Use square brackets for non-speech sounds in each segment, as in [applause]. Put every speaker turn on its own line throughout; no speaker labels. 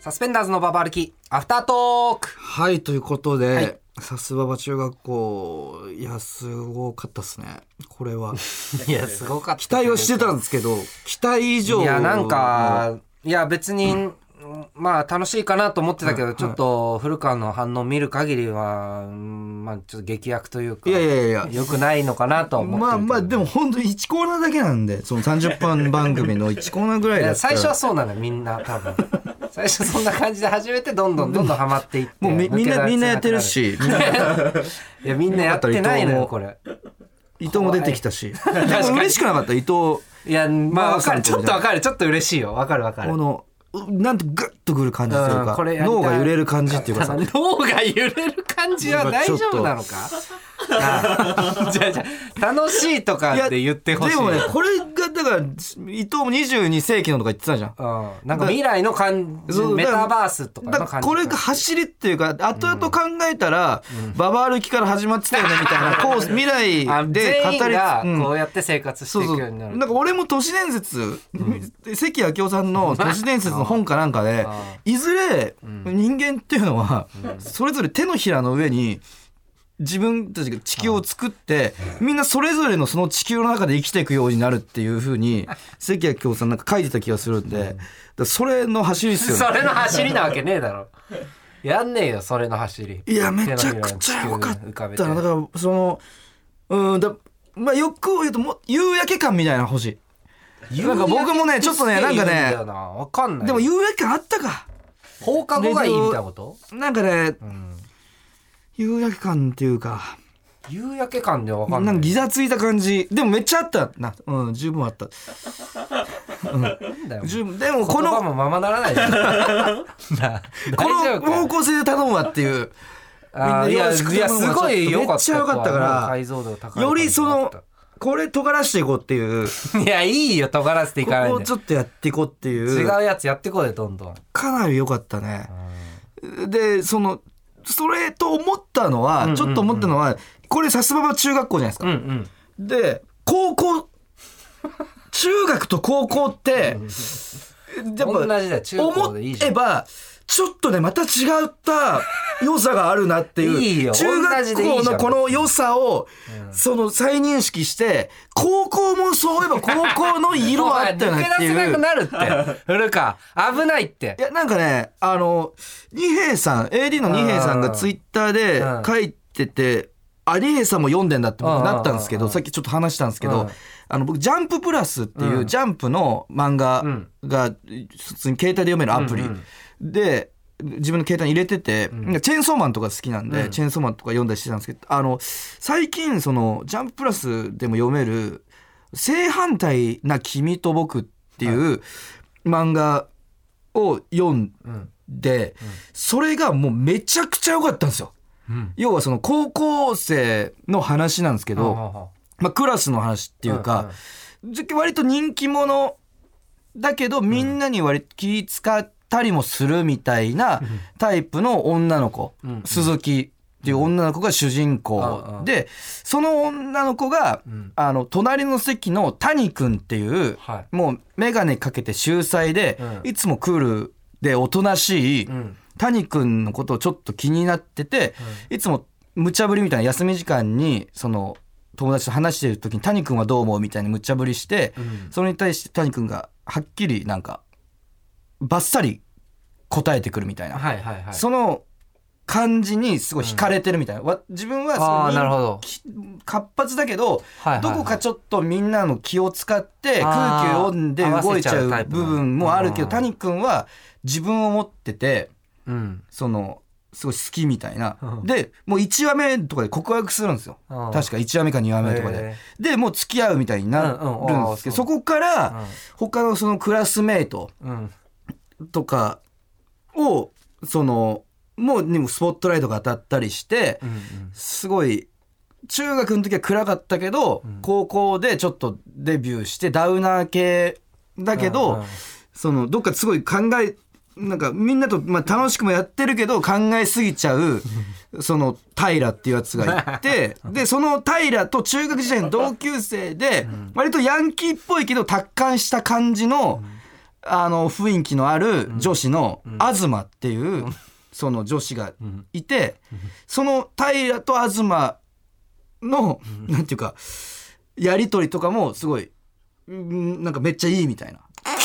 サスペンダーズのババ歩き、アフタートーク
はい、ということで、
はい
さすがば中学校、いや、すごかったっすね。これは。 [laughs]
いや、すごかった。
期待をしてたんですけど、期待以上の
いや、なん、か、いや、別に、まあ、楽しいかなと思ってたけど、
はい
ちょっと、古川の反応を見る限りは、うんまあ、ちょっと劇薬というか、
いやいやいやいや。
よくないのかなとは思ってる
まあ
けど
まあ、でも本当に1コーナーだけなんで、その30分番組の1コーナーぐらい
い
だ
や
ったら
最初はそうなのよみんな多
[laughs]
分最初そんな感じで始めてどんどんどんどんハマっていって
もう
抜
み
け
みん
出
な、
せくる
みんなやってるし、みんない
やみんなやってないの
よ
よ
か
こ
っ
れ
伊藤も出てきたし。でも嬉しくなかった、伊藤。
いやまあ
まあ
わか
そう
る
みた
ち
いな
ょっとわかるちょっと嬉しいよわかるわかる
この、うなんてグッとくる感じという
うん
か、
これやりたい
脳が揺れる感じっていう
[laughs]
かさ、
脳が揺れる感じは大丈夫なのかああじゃあじゃあ楽しいとかって言ってほしい
でもね、これが、だから、伊藤も22世紀のとか言ってたじゃん。
うん、なんか未来の感じ
そう
メタバースとか
だ
の
か
感
ら
じ
これが走りっていうか後々考えたら、ババ歩きから始まってたよねみたいなこう未
[laughs] あ
来で
全
語
員
り
が
うん
こうやって生活して
そう
い
そ
く
う
ようになる
なんか俺も都市伝説、関明夫さんの都市伝説の本かなんかで
[laughs] あ
いずれ人間っていうのは、それぞれ手のひらの上に自分たちが地球を作ってみんなそれぞれのその地球の中で生きていくようになるっていうふうに関明夫さんなんか書いてた気がするんで、だからそれの走りですよね
それの走りなわけねえだろやんねえよそれの走り
いやめちゃくちゃ良かった
手の
な
ひらに地球浮かべて
だからそのうんだまあ欲を言うとも夕焼け感みたいな星なんか僕もねちょっとねなんかね
わかんない
でも夕焼け感あったか
放課後がいいみたいなこと、
なんかね
うん、
夕焼け感っていうか
夕焼け感ではわか
なん
んない
かギザついた感じでもめっちゃあったなうん十分あった
なんだよ
十分でもこ
言葉
の
もままなら [laughs] ないじゃんなあ
こ
大丈
の
夫か
方向性で頼むわっていう
あーい
みん
や
なよろしく
いや
頼
す
むわ
ごい良かった
めっちゃ良かったから
解像度高い
よりそのこれ尖らしていこうっていう
いやいいよ尖らせてい
こ
かない
こを
で
ちょっとやっていこうっていう
違うやつやってこうよどんどん
かなり良かったね。でそのそれと思ったのは、ちょっと思ったのはこれさすがば中学校じゃないです
うん
か。
うん
で高校中学と高校ってやっぱ
同じだよ中
思
高でいいじゃ
え
ん
ばちょっとねまた違った良さがあるなっていう
いいよ
中
同じ
学
でいい
校
じゃん
のこの良さをその再認識して高校もそういえば高校の色はあったよ
[laughs] お
ね
前
っていう。
抜け出せなくなるって。古川、危ないって
い。や、なんかね、あの、二平さん、AD の二平さんが
うん
ツイッターで
うん
書いてて、あ、二平さんも読んでんだって
うん
僕なったんですけ
う
ど、
ん
さっきちょっと話したんですけ
うん
ど、あの、僕、ジャンププラスっていううんジャンプの漫画が、普通に携帯で読めるアプリ
うんうん
で、自分の携帯に入れてて、チェーンソーマンとか好きなんで、
うん
チェーンソーマンとか読んだりしてたんですけど、あの、最近、その、ジャンププラスでも読める、正反対な君と僕っていう漫画を読ん
うん。
で、それがもうめちゃくちゃ良かったんですよ。
うん。
要はその高校生の話なんですけど、まあクラスの話っていうか、じゃ割と人気者だけどみんなに割と気使ったりもするみたいなタイプの女の子、
うんうん
鈴木っていう女の子が主人
うんう
公
ん
で、その女の子が、
うん
あの隣の席の谷君っていう、
はい
もう眼鏡かけて秀才で、
うん
いつもクールでおとなしい、
うん。
谷君のことをちょっと気になってて、いつも無茶ぶりみたいな休み時間にその友達と話してる時に「谷君はどう思う?」みたいな無茶ぶりして、
うん
それに対して谷君がはっきりなんかバッサリ答えてくるみたいな、
はいはいはい。
その感じにすごい惹かれてるみたいな、わ自分はす
ああ、なるほ
ご
ど。
い活発だけど、
はいはいはい
どこかちょっとみんなの気を使って
あー
空気を読んで動いちゃ
合わせちゃうタイ
う
プな
部分もあるけ
うん
ど谷君は自分を持ってて。
うん。
そのすごい好きみたいな、
うん
でもう1話目とかで告白するんですよ、
うん
確か1話目か2話目とかで
へ、
でもう付き合うみたいになるん
うんうんあ
で
あ
すけど、
そう
そこから他のそのクラスメート
うん。
とかをそのもうにもスポットライトが当たったりして、
うんうん。
すごい中学の時は暗かったけど、高校でちょっとデビューしてダウナー系だけど、
うんうん
そのどっかすごい考えなんかみんなと、まあ、楽しくもやってるけど考えすぎちゃうその平っていうやつがい [laughs] てでその平と中学時代の同級生で割とヤンキーっぽいけど達観した感じのあの雰囲気のある女子の東っていうその女子がいてその平と東のなんていうかやり取りとかもすごいうんなんかめっちゃいいみたいな。 [laughs]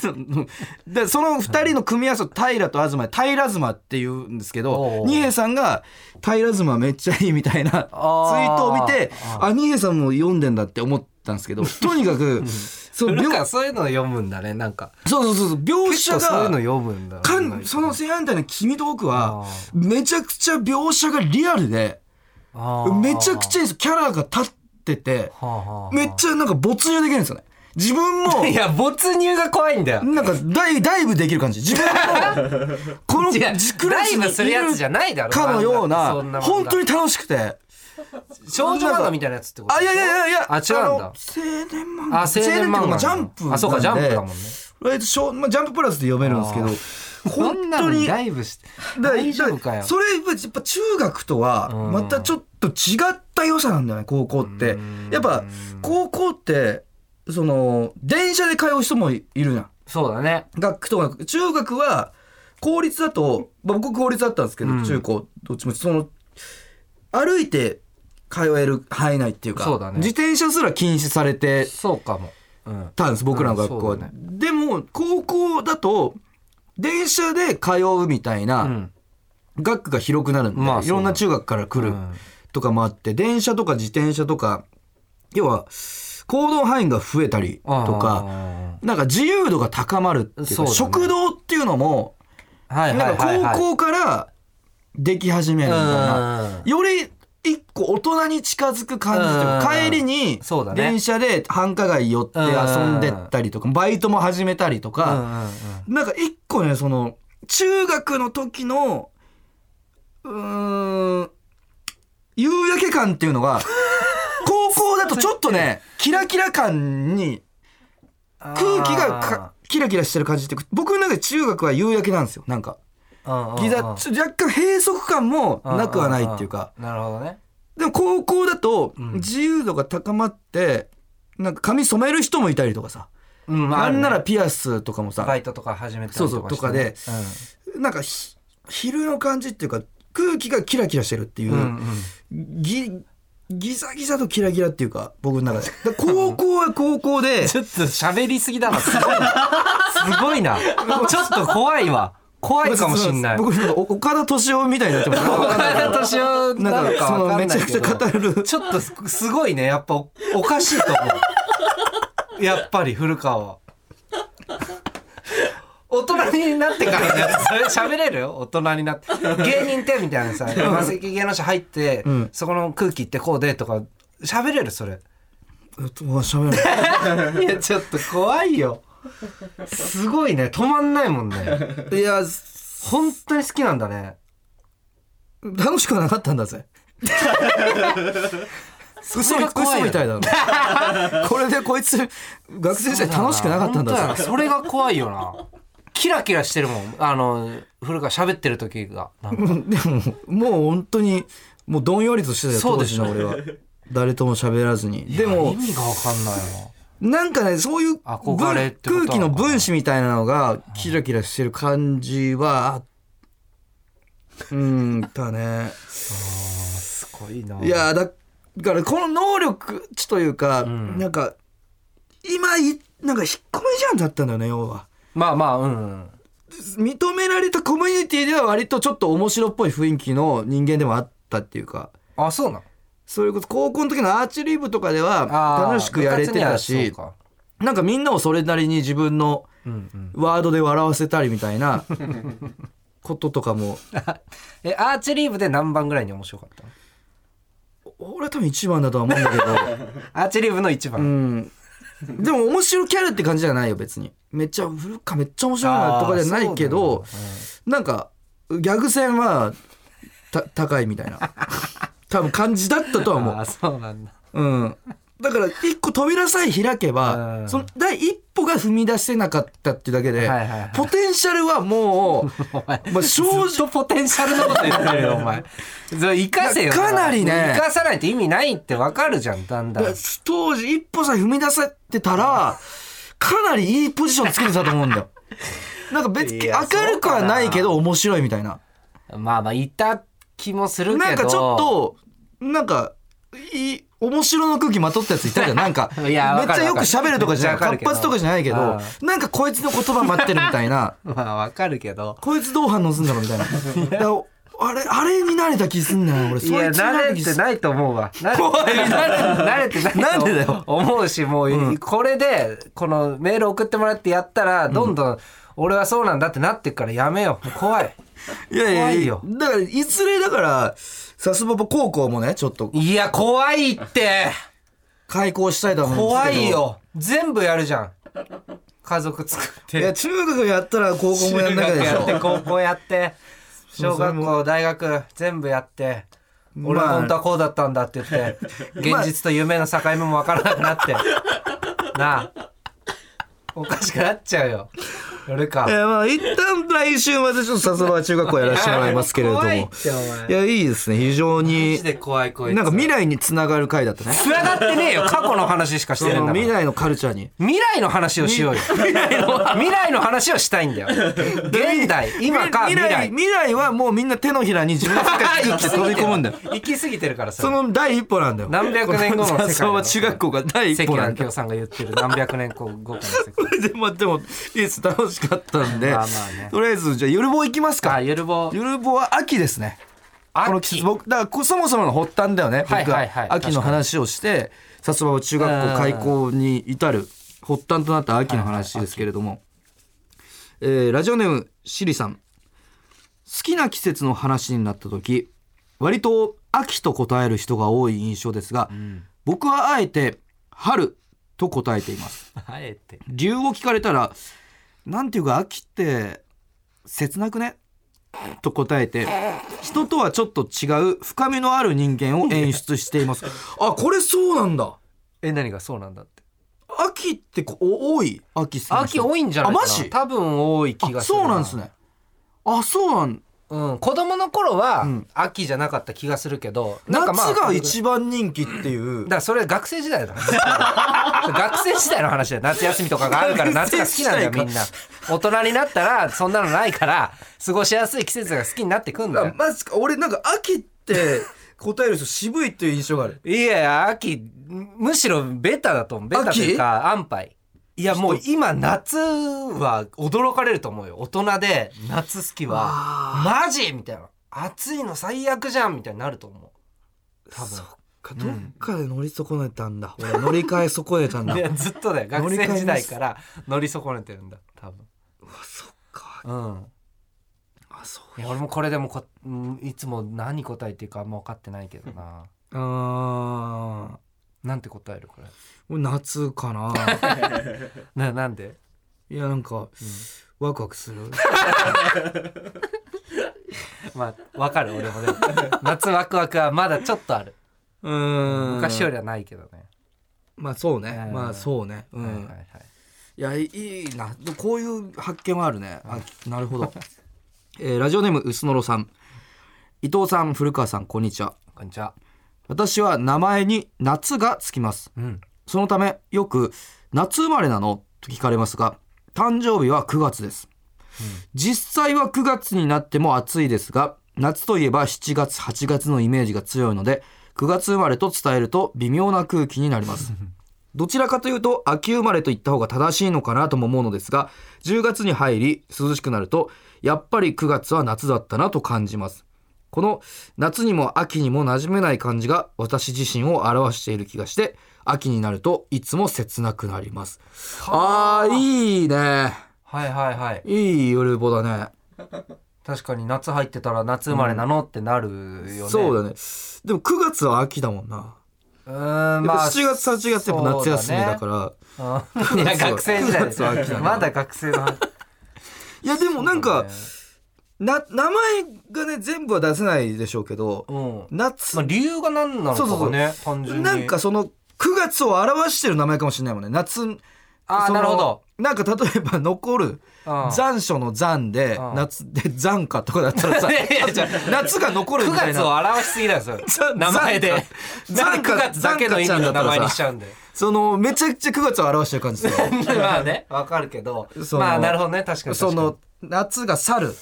そのでその2人の組み合わせを平と東平妻っていうんですけど
おう
二瓶さんが「平妻めっちゃいい」みたいなツイ
あー
ートを見て
あ
あ二瓶さんも読んでんだって思ったんです
[laughs]
けどとにかくその
なん
描
かそういうの読むんだねなんか
そうそうそうそう描
結
写
構そういうの
が
読むんだ
かんその正反対の「君と僕」は
あ
めちゃくちゃ描写がリアルで
あー
めちゃくちゃいいんですよキャラが立ってて
はあはあはあ
めっちゃなんか没入できるんですよね自分も
いや没入が怖いんだよ
なんかダイダイブできる感じ自分もこの
違う
クラス
ライブする
にい
やつじゃ
る
ないだろ
かのような
そんもんだ
本当に楽しくて
少女漫画みたいなやつってこと
あいやいやいやいや
あ違うんだ
の青年漫画
あ青年漫画
青っていうかまあジャンプなんで
あそうかジャンプだもんね
割と小まあジャンププラスで読めるんですけど
こん
本
な
当
の
に
ライブして
だ
大丈夫かよ
それやっぱ中学とはまたちょっと違った良さなんだよね高校って
うん
やっぱ高校ってその電車で通う人もいるじゃん
そうだね
学区とか中学は公立だと、まあ、僕公立だったんですけど、
うん
中高どっちもその歩いて通える範囲内っていうか
そうだね
自転車すら禁止されて
そうかもうん
たんです僕らの学校は、
うんそうだね
でも高校だと電車で通うみたいな、
うん
学区が広くなるんで、
まあ
いろんな中学から来る
うん
とかもあって、電車とか自転車とか要は行動範囲が増えたりとかなんか自由度が高まるっていうか
そうだね
食堂っていうのも
あーはいは
ないんか
はいはい
高校からでき始めるみたいな、
うん
より一個大人に近づく感じというか
うん
帰りに
そうだね
電車で繁華街寄って遊んでったりとかバイトも始めたりと
うん
か、
うんうん
なんか一個ねその中学の時のうーん夕焼け感っていう
[laughs]
のが高校だとちょっとねキラキラ感に空気がかキラキラしてる感じって僕の中で中学は夕焼けなんですよなんか。
あー
ギザ
うんうんうん
ちょ若干閉塞感もなくはないっていうか
なるほどね
でも高校だと
うん
自由度が高まってなんか髪染める人もいたりとかさ
うんまあ
なんな
あ
ら
るね
ピアスとかも
バ
さ
イトとか始めたり
そうそう
してね
なんかひ昼の感じっていうか空気がキラキラしてるってい
うんうん
う
うん
ギギザギザとキラキラっていうか僕の中でだから高校は高校
[laughs]
で
ちょっと喋りすぎだな。すごいな。すごいな。ちょっと怖いわ。怖いかもしんない。
僕なんかお岡田敏夫みたいになっ
[laughs]
てます
岡田敏夫な
な
の
んか
か
そ
わ
の
か
め
んな
ち
い
ゃくち
け
ゃ
ど。
語る
ちょっとすすごいね。やっぱおおかしいと思う。やっぱり古川は。大人になってからね、それ喋れるよ大人になって芸人ってみたいなさマセキ芸能者入って、
うん
そこの空気ってこうでとか喋れるそれ
[laughs] しゃべる
いやちょっと怖いよすごいね止まんないもんね
いや
本当に好きなんだね
楽しくはなかったん
[laughs]
だぜ。嘘
れが怖い
嘘みたいだな。これでこいつ学生時代楽しくなかった
本
ん
当
だ
な
ぜ。
それが怖いよなキラキラしてるもんあの古川喋ってる時がなんか
うんでももう本当にもうどんよりとしてたよ
そう
当
でし
時
ょ
の俺は。誰とも喋らずに。でも
意味がわかんないよ
なんかねそういう
憧れってことなの
空
か
気
な
の分子みたいなのがキラキラしてる感じは。うんだね。
すごいない
やーだからこの能力値というか、
ん
なんか今いなんか引っ込みじゃんだったんだよね要は
まあまあうん
認められたコミュニティでは割とちょっと面白っぽい雰囲気の人間でもあったっていうか
あそうなの
それこそ高校の時のアーチェリー部とかで
あ
は
ー
楽しくやれてた
部活には
し
そうか
なんかみんなをそれなりに自分の
うんうん
ワードで笑わせたりみたいなこととかも [laughs]
えアーチェリー部で何番ぐらいに面白かったの
俺は多分一番だとは思うんだけど。
アーチェリー部の一番、
うん、でも面白キャラって感じじゃないよ別にめっちゃ古かめっちゃ面白いなとかじゃないけど
あーそうなんだ
なんかギャグ戦はた高いみたい
[laughs]
な多分感じだったとは
あー
思
そうなんだ
う、うん、だから一個扉さえ開け
う
ば
ん
その第一歩が踏み出せなかったってだけで、
はいはいはい
ポテンシャルはも
[laughs]
うまあ正直
ずっとポテンシャルのこと言ってるよお
[laughs]
前それ生かせよ
かなりね
生かさないと意味ないってわかるじゃんだんだん
だから当時一歩さえ踏み出せてたらかなりいいポジションつけてたと
[laughs]
思うんだよ。なんか別に
いや
明るくはないけど面白いみたいな。
まあまあいた気もするけど
なんかちょっとなんかいい面白の空気まとったやついたじゃんなんか
[laughs] いや
めっちゃよく
わかる
喋るとかじゃない
めっちゃわかる
活
けど
発とかじゃないけど
あ
なんかこいつの言葉待ってるみたいな
まあわかるけど
こいつどう反応すんだろうみた
[laughs]
いなだからあれあれに慣れた気すんなよ俺そ
いや
いつに
慣
慣れた
れ
気
て
すん
ないと思うわ慣れ
おい
[laughs] 慣れてない
[laughs] なん
慣
で
れて
だ
ないと
よ
思うしもうこれでこのメール送ってもらってやったらどんどん俺はそうなんだってなってっからやめようもう怖い
いやいや
怖
い
い
や
よ
だからいずれだからさすがパ高校もねちょっと
いや怖いって
開校したいとは思うん
怖
ですけど
いよ全部やるじゃん家族作っ
いや
て
中学やったら高校もやんなきゃでし
やって
ょ
高校やって
そう
小
それ
学
も
校大学全部やって
まあ
俺は本当はこうだったんだって言って
[laughs] まあ
現実と夢の境目も分からなくなって [laughs] なあおかしくなっちゃうよやる
い
か
やまあ一旦来週までちょっとさすが中学校やらせてもらいますけれども
怖いってお前
いや、いいですね。非常
マ
に
ジ、で怖いこいつ
なんか未来につながる回だったね。
繋がってねえよ過去の話しかし
そ
てねえん
の
だから
未来のカルチャーに。
未来の話をしようよ未来の話をしたいんだよ現代今か未来
未来はもうみんな手のひらに自分の世界作
[laughs]
って飛び込むんだよ。
行き過ぎてるからさ
その第一歩なんだよ。
何百年後の世界
[laughs]
だよ
そうは中学校が第一
関
歩な
明
んだよ
夫。さんが言ってる何百年後後かの世界
[laughs] でも、でも、いいです。楽しかったんで
まあまあね。
とりあえず、じゃあ、ゆるぼ行きます
あ
か。
ゆるぼ
ゆるぼは秋ですね。この季節
秋
僕だからこそもそもの発端だよね
はい
僕
は
が
いはい
秋の話をしてさつま中学校開校に至る発端となった秋の話ですけれども、えーラジオネームシリさん好きな季節の話になった時割と秋と答える人が多い印象ですが、僕はあえて春と答えています
あえて
理由を聞かれたらなんていうか秋って切なくねと答えて人とはちょっと違う深みのある人間を演出しています [laughs] あこれそうなんだ
え何がそうなんだって
秋ってこお多い秋好きな
秋
人
多いんじゃないかな
あマジ
多分多い気
あ
がする
そうなんですねあそうなん
うん子供の頃は
ん
秋じゃなかった気がするけどなんかまあ
夏が一番人気っていう
だからそれは学生時代だ [laughs] 学生時代の話だよ夏休みとかがあるから夏が好きなんだよ
学生
みん
時
な大人になったらそんなのないから過ごしやすい季節が好きになってくんだ
あ
よ
マジか俺なんか秋って答える人渋いっていう印象がある
いやいや秋むしろベタだと思うベタというか安牌いやもう今夏は驚かれると思うよ大人で夏好きはマジみたいな暑いの最悪じゃんみたいになると思う多
そっ
分
かどっかで乗り損ねたんだ、俺乗り換え損ねたんだ [laughs]
いやずっとだよ [laughs]
乗
学
り換え
生
ます
時代から乗り損ねてるんだ多分
そっか
うん
あそう
いや俺もこれでもこ、うんいつも何答えていうかあんま分かってないけどな。
あ
なんて答えるこれ。
ー夏か [laughs] な
ななんで？
いやなんか、ワクワクす [laughs] る
まあ分かる俺 [laughs] もでも夏ワクワクはまだちょっとある。
うーん
昔よりはないけどね。
まあそうね、
うん
まあそうねうん、
はい
い
はいはい。
やいいいなこういう発見はあるね、あなるほど、えーラジオネームうすのろさん伊藤さん古川さんこんにちは
こんにちは。
私は名前に夏がつきます
うん。
そのためよく「夏生まれなの?」と聞かれますが誕生日は9月です、実際は9月になっても暑いですが夏といえば7月8月のイメージが強いので9月生まれと伝えると微妙な空気になりますどちらかというと秋生まれと言った方が正しいのかなとも思うのですが10月に入り涼しくなるとやっぱり9月は夏だったなと感じますこの夏にも秋にも馴染めない感じが私自身を表している気がして秋になるといつも切なくなりますあーいいね
はいはいはい。
いい夜ぼだね
確かに夏入ってたら夏生まれなのってなるよね。
そう
だ。
だねでも9月は秋だもんな、
うーん
やっ
ま
ぱ
あ。
7月8月やっぱ夏休みだから
そうだね。
[laughs]
うんいや学生時代です
9月は秋だね
まだ学生の。
いやでもなんか、
ね
な名前がね全部は出せないでしょうけど
うん。
夏、
まあ理由が何なのかがね単純に。
なんかその9月を表してる名前かもしれないもんね夏
あ
そ
ー
の
なるほど。
なんか例えば残る
うん
残暑の残で
うん
夏 [laughs] で残花とかだったら
[laughs]
さ
いやいや
じゃあ夏が残る
9
みたい
月を
な
表しすぎなんですよ名前で
残
なん
花
で9月だけの意味の名前にしちゃうんで
そのめちゃくちゃ9月を表してる感じです
[laughs]
よ
まあねわかるけど
その
まあなるほどね確かに
そ
確かに
の夏が去る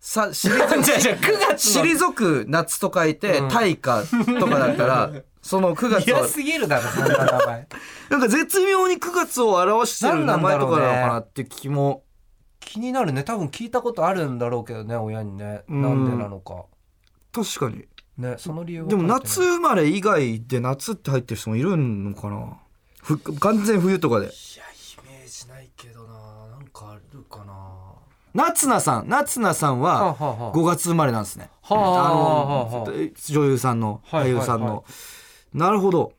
さ退
[laughs]
く
じゃあじゃあ9月の
退く夏と書いて
うん
退化とかだっ
[laughs]
たらその9月
嫌
は
すぎるだろそんな名前
なんか絶妙に9月を表してる名前とかなのかなって気も
気になるね多分聞いたことあるんだろうけどね親にねなんでなのか
確かに
ねその理由は
でも夏
書いて
生まれ以外で夏って入ってる人もいるのかなふ完全冬とかで
ないいやイメージないけどななんかあるかな
夏菜さん夏菜さん
はあ
は
はあはあ
5月生まれなんですね
はあはあはあ
あの女優さんの
はいは
俳
いはい
優さんのなるほど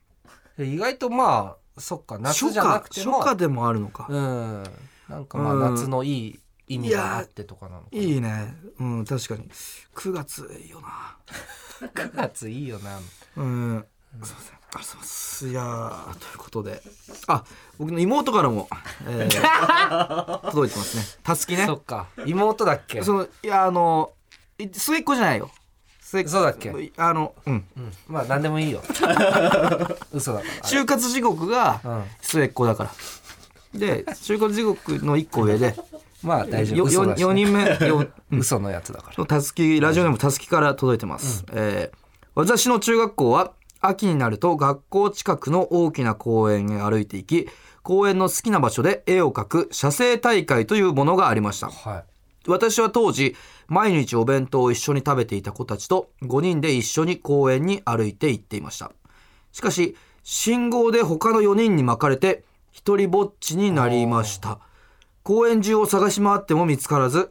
意外とまあそっか夏
初
じゃな
夏
くて
初
も
夏でもあるのか
うんなんかまあ
うん
夏のいい意味があってとかなのかない
いねうん確かに9月いいよな
9月いいよな
うんすいませんありがとうございますいやーということであ僕の妹からも、えー
[laughs]
届いてますねたすきね
そっか妹だっけ
そのいやあのい末っ子じゃないよ末っ子
そうだっけ
あの、うん、
うんまあ何でもい
[laughs]
いよ嘘だから
就活時刻が
うん
末っ子だから、で就活時刻の一個上で
まあ大丈夫
よ
嘘だ
よ
し
四
ね
人目よ
[laughs] 嘘のやつだから
のたすきラジオネームたすきから届いてます、えー私の中学校は秋になると学校近くの大きな公園へ歩いていき公園の好きな場所で絵を描く写生大会というものがありました
はい
私は当時毎日お弁当を一緒に食べていた子たちと5人で一緒に公園に歩いて行っていましたしかし信号で他の4人に巻かれて一人ぼっちになりました公園中を探し回っても見つからず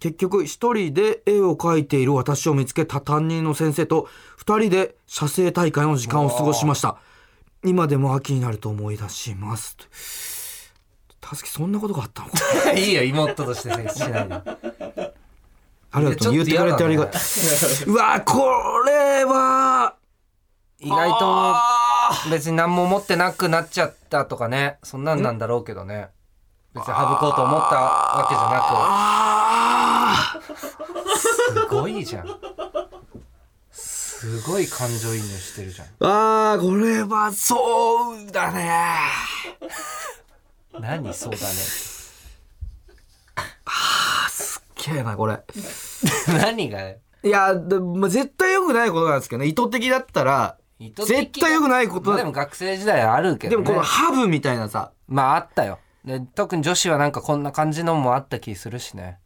結局一人で絵を描いている私を見つけた担任の先生と二人で写生大会の時間を過ごしました今でも秋になると思い出しますたすきそんなことがあったのか
いいよ妹としてしない
[laughs]
で
ありがとう。
い
言
や
っ
ち
て
ょっと
くれてありがと [laughs] う。うわー、これは、
意外と
あ
別に何も持ってなくなっちゃったとかねそんなんなんだろうけどね別に省こうと思ったわけじゃ
あ
なくすごいじゃんすごい感情移入してるじゃ
ーあー、これは、そうだね。
ん何そうだね [laughs]
きれいな、これ。
何が
いや、でまあ、絶対良くないことなんですけどね。意図的だったら、
意図的な
絶対良くないこと
まあ
だ。
でも学生時代はあるけ
で
ど、
も
ね、
このハブみたいなさ、
まああったよで特に女子はなんかこんな感じのもあった気するしね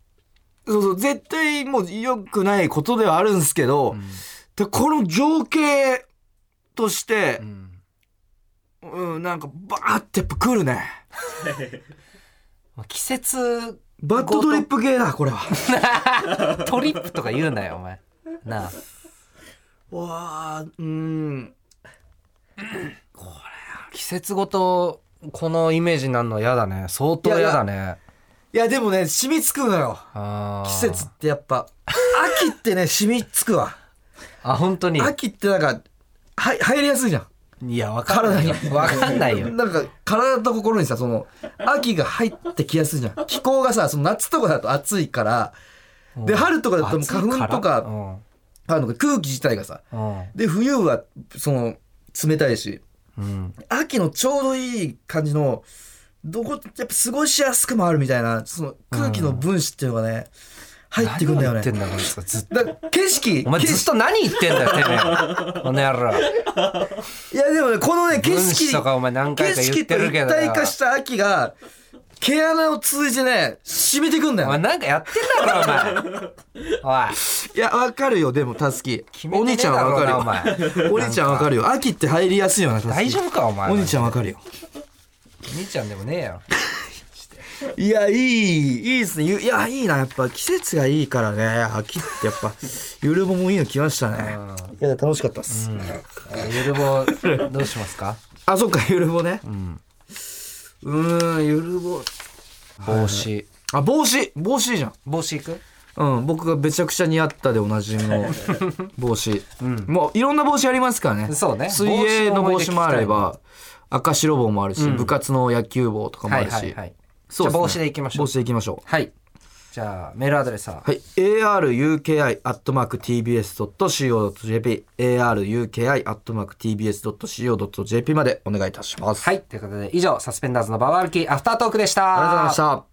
そうそう、絶対もう良くないことではあるんですけど、でこの情景として
う、ん
うん、なんかバーってやっぱ来るね。
まあ季節
バッドドリップ系だ、これは。
[laughs] トリップとか言うなよお前なあ
わあうーん
季節ごとこのイメージになるのは嫌だね相当嫌だね
いやでもね染みつくのよ
あー
季節ってやっぱ秋ってね染みつくわ
あ本当に
秋ってなんかはい入りやすいじゃん
いやわかんないよわかんないよ
なんか体と心にさその秋が入ってきやすいじゃん気候がさその夏とかだと暑いからで春とかだともう花粉と
う
か
ん
あるのか空気自体がさ
うん
で冬はその冷たいし
うん
秋のちょうどいい感じのどこやっぱ過ごしやすくもあるみたいなその空気の分子っていうのがね、入ってくんだよ
何を言って
ね
んだこいつずっと
だから景色
お前
景
ずっと何言ってんだよてめえこの野郎
いやでもねこのね景
分子と
色
かお前何
景
回か言っ
色
て
と
る
一
けど
体化した秋が毛穴を通じてね染みてくんだ
お前
よね
なんかやってんだろお
[laughs]
前おい
いやわかるよでもたすき
決め
お
てねえ
兄ちゃん
だ
は
ろうな
わかるよお兄ちゃんわかるよ秋って入りやすいよなタスキ
大丈夫かお前
お兄ちゃんわかるよ
兄ちゃんでもねえよ
いや、いい、いいですね。ゆいや、いいな。やっぱ季節がいいからね。秋ってやっぱ、ゆるぼもいいの来ましたね。いや、楽しかったっす。
ゆるぼどうしますか
あ、そっか、ゆるぼね。うーん、ゆるぼ。
帽子
あ、帽子帽子いいじゃん。
帽子いく
うん、僕がめちゃくちゃ似合ったでおなじみの帽子。もういろんな帽子ありますからね。
そうね
水泳の帽子もあれ
帽子の
ば、赤白帽もあるし、部活の野球帽とかもあるし。
はいはいはい
そう
じ
ですね
ゃあ帽子でいきましょう
帽子でいきましょう。
はいじゃあメールアドレスは
はい、aruki.tbs.co.jp aruki.tbs.co.jp までお願いいたします。
はいということで以上サスペンダーズのババ歩きアフタートークでした
ありがとうございました。